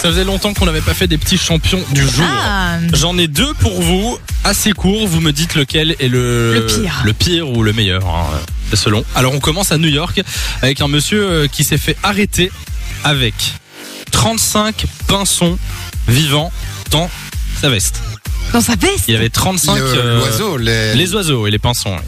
Ça faisait longtemps qu'on n'avait pas fait des petits champions du jour. Ah, J'en ai deux pour vous, assez courts. Vous me dites lequel est le, Le pire. le pire ou le meilleur, hein, c'est selon. Alors on commence à New York avec un monsieur euh, qui s'est fait arrêter avec 35 pinsons vivants dans sa veste. dans sa veste. Il avait 35 Le- euh, L'oiseau, les... les oiseaux et les pinsons. oui.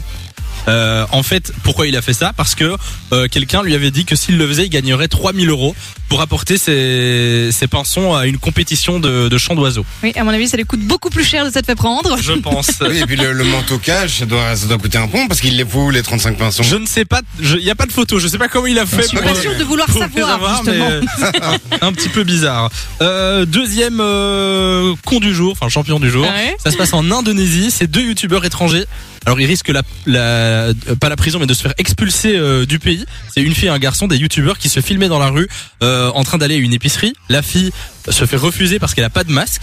Euh, en fait, pourquoi il a fait ça Parce que euh, quelqu'un lui avait dit que s'il le faisait, il gagnerait 3000 euros pour apporter ses, ses pinsons à une compétition de, de chant d'oiseaux. Oui, à mon avis, ça lui coûte beaucoup plus cher de s'être fait prendre. Je pense. Oui, et puis le, le manteau cache, ça doit, ça doit coûter un pont parce qu'il les fout, les 35 pinsons. Je ne sais pas, il n'y a pas de photo, je sais pas comment il a fait. Je suis pour- euh, pas sûre de vouloir pour les savoir, avoir, justement. mais euh, un petit peu bizarre. Euh, deuxième euh, con du jour, enfin champion du jour. Ah Ouais. Ça se passe en Indonésie, c'est deux youtubeurs étrangers. Alors ils risquent la, la- euh, pas la prison mais de se faire expulser euh, du pays. C'est une fille et un garçon, des youtubeurs qui se filmaient dans la rue euh, en train d'aller à une épicerie. La fille se fait refuser parce qu'elle a pas de masque.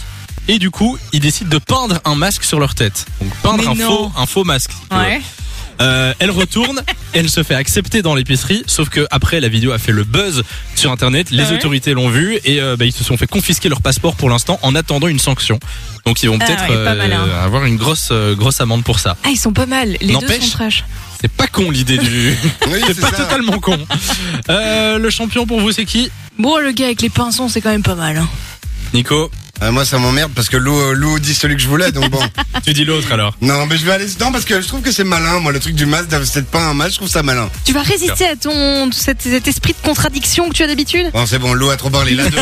Et du coup, ils décident de peindre un masque sur leur tête. Donc peindre Mais un non. faux, un faux masque. si tu veux. Ouais. Euh, elle retourne, elle se fait accepter dans l'épicerie, sauf que après la vidéo a fait le buzz sur internet, les Ah ouais autorités l'ont vu et euh, bah, ils se sont fait confisquer leur passeport pour l'instant en attendant une sanction. Donc ils vont Ah peut-être ouais, pas malin. avoir une grosse euh, grosse amende pour ça. Ah, ils sont pas mal. Les deux N'empêche. sont trash. C'est pas con l'idée du. Oui, c'est pas ça. totalement con. Euh, le champion pour vous c'est qui Bon, le gars avec les pinsons, c'est quand même pas mal. hein. Nico. Ah, moi, ça m'emmerde parce que Lou, euh, Lou dit celui que je voulais, donc bon. Tu dis l'autre alors. non, mais je vais aller dedans parce que je trouve que c'est malin, moi, le truc du masque, c'est pas un masque, je trouve ça malin. Tu vas résister à ton cet, cet esprit de contradiction que tu as d'habitude Bon, c'est bon, Lou a trop parlé là. deux.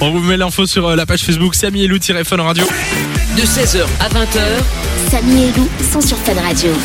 On vous met l'info sur euh, la page Facebook Samy et Lou-Fun Radio. De 16h à 20h, Samy et Lou sont sur Fan Radio.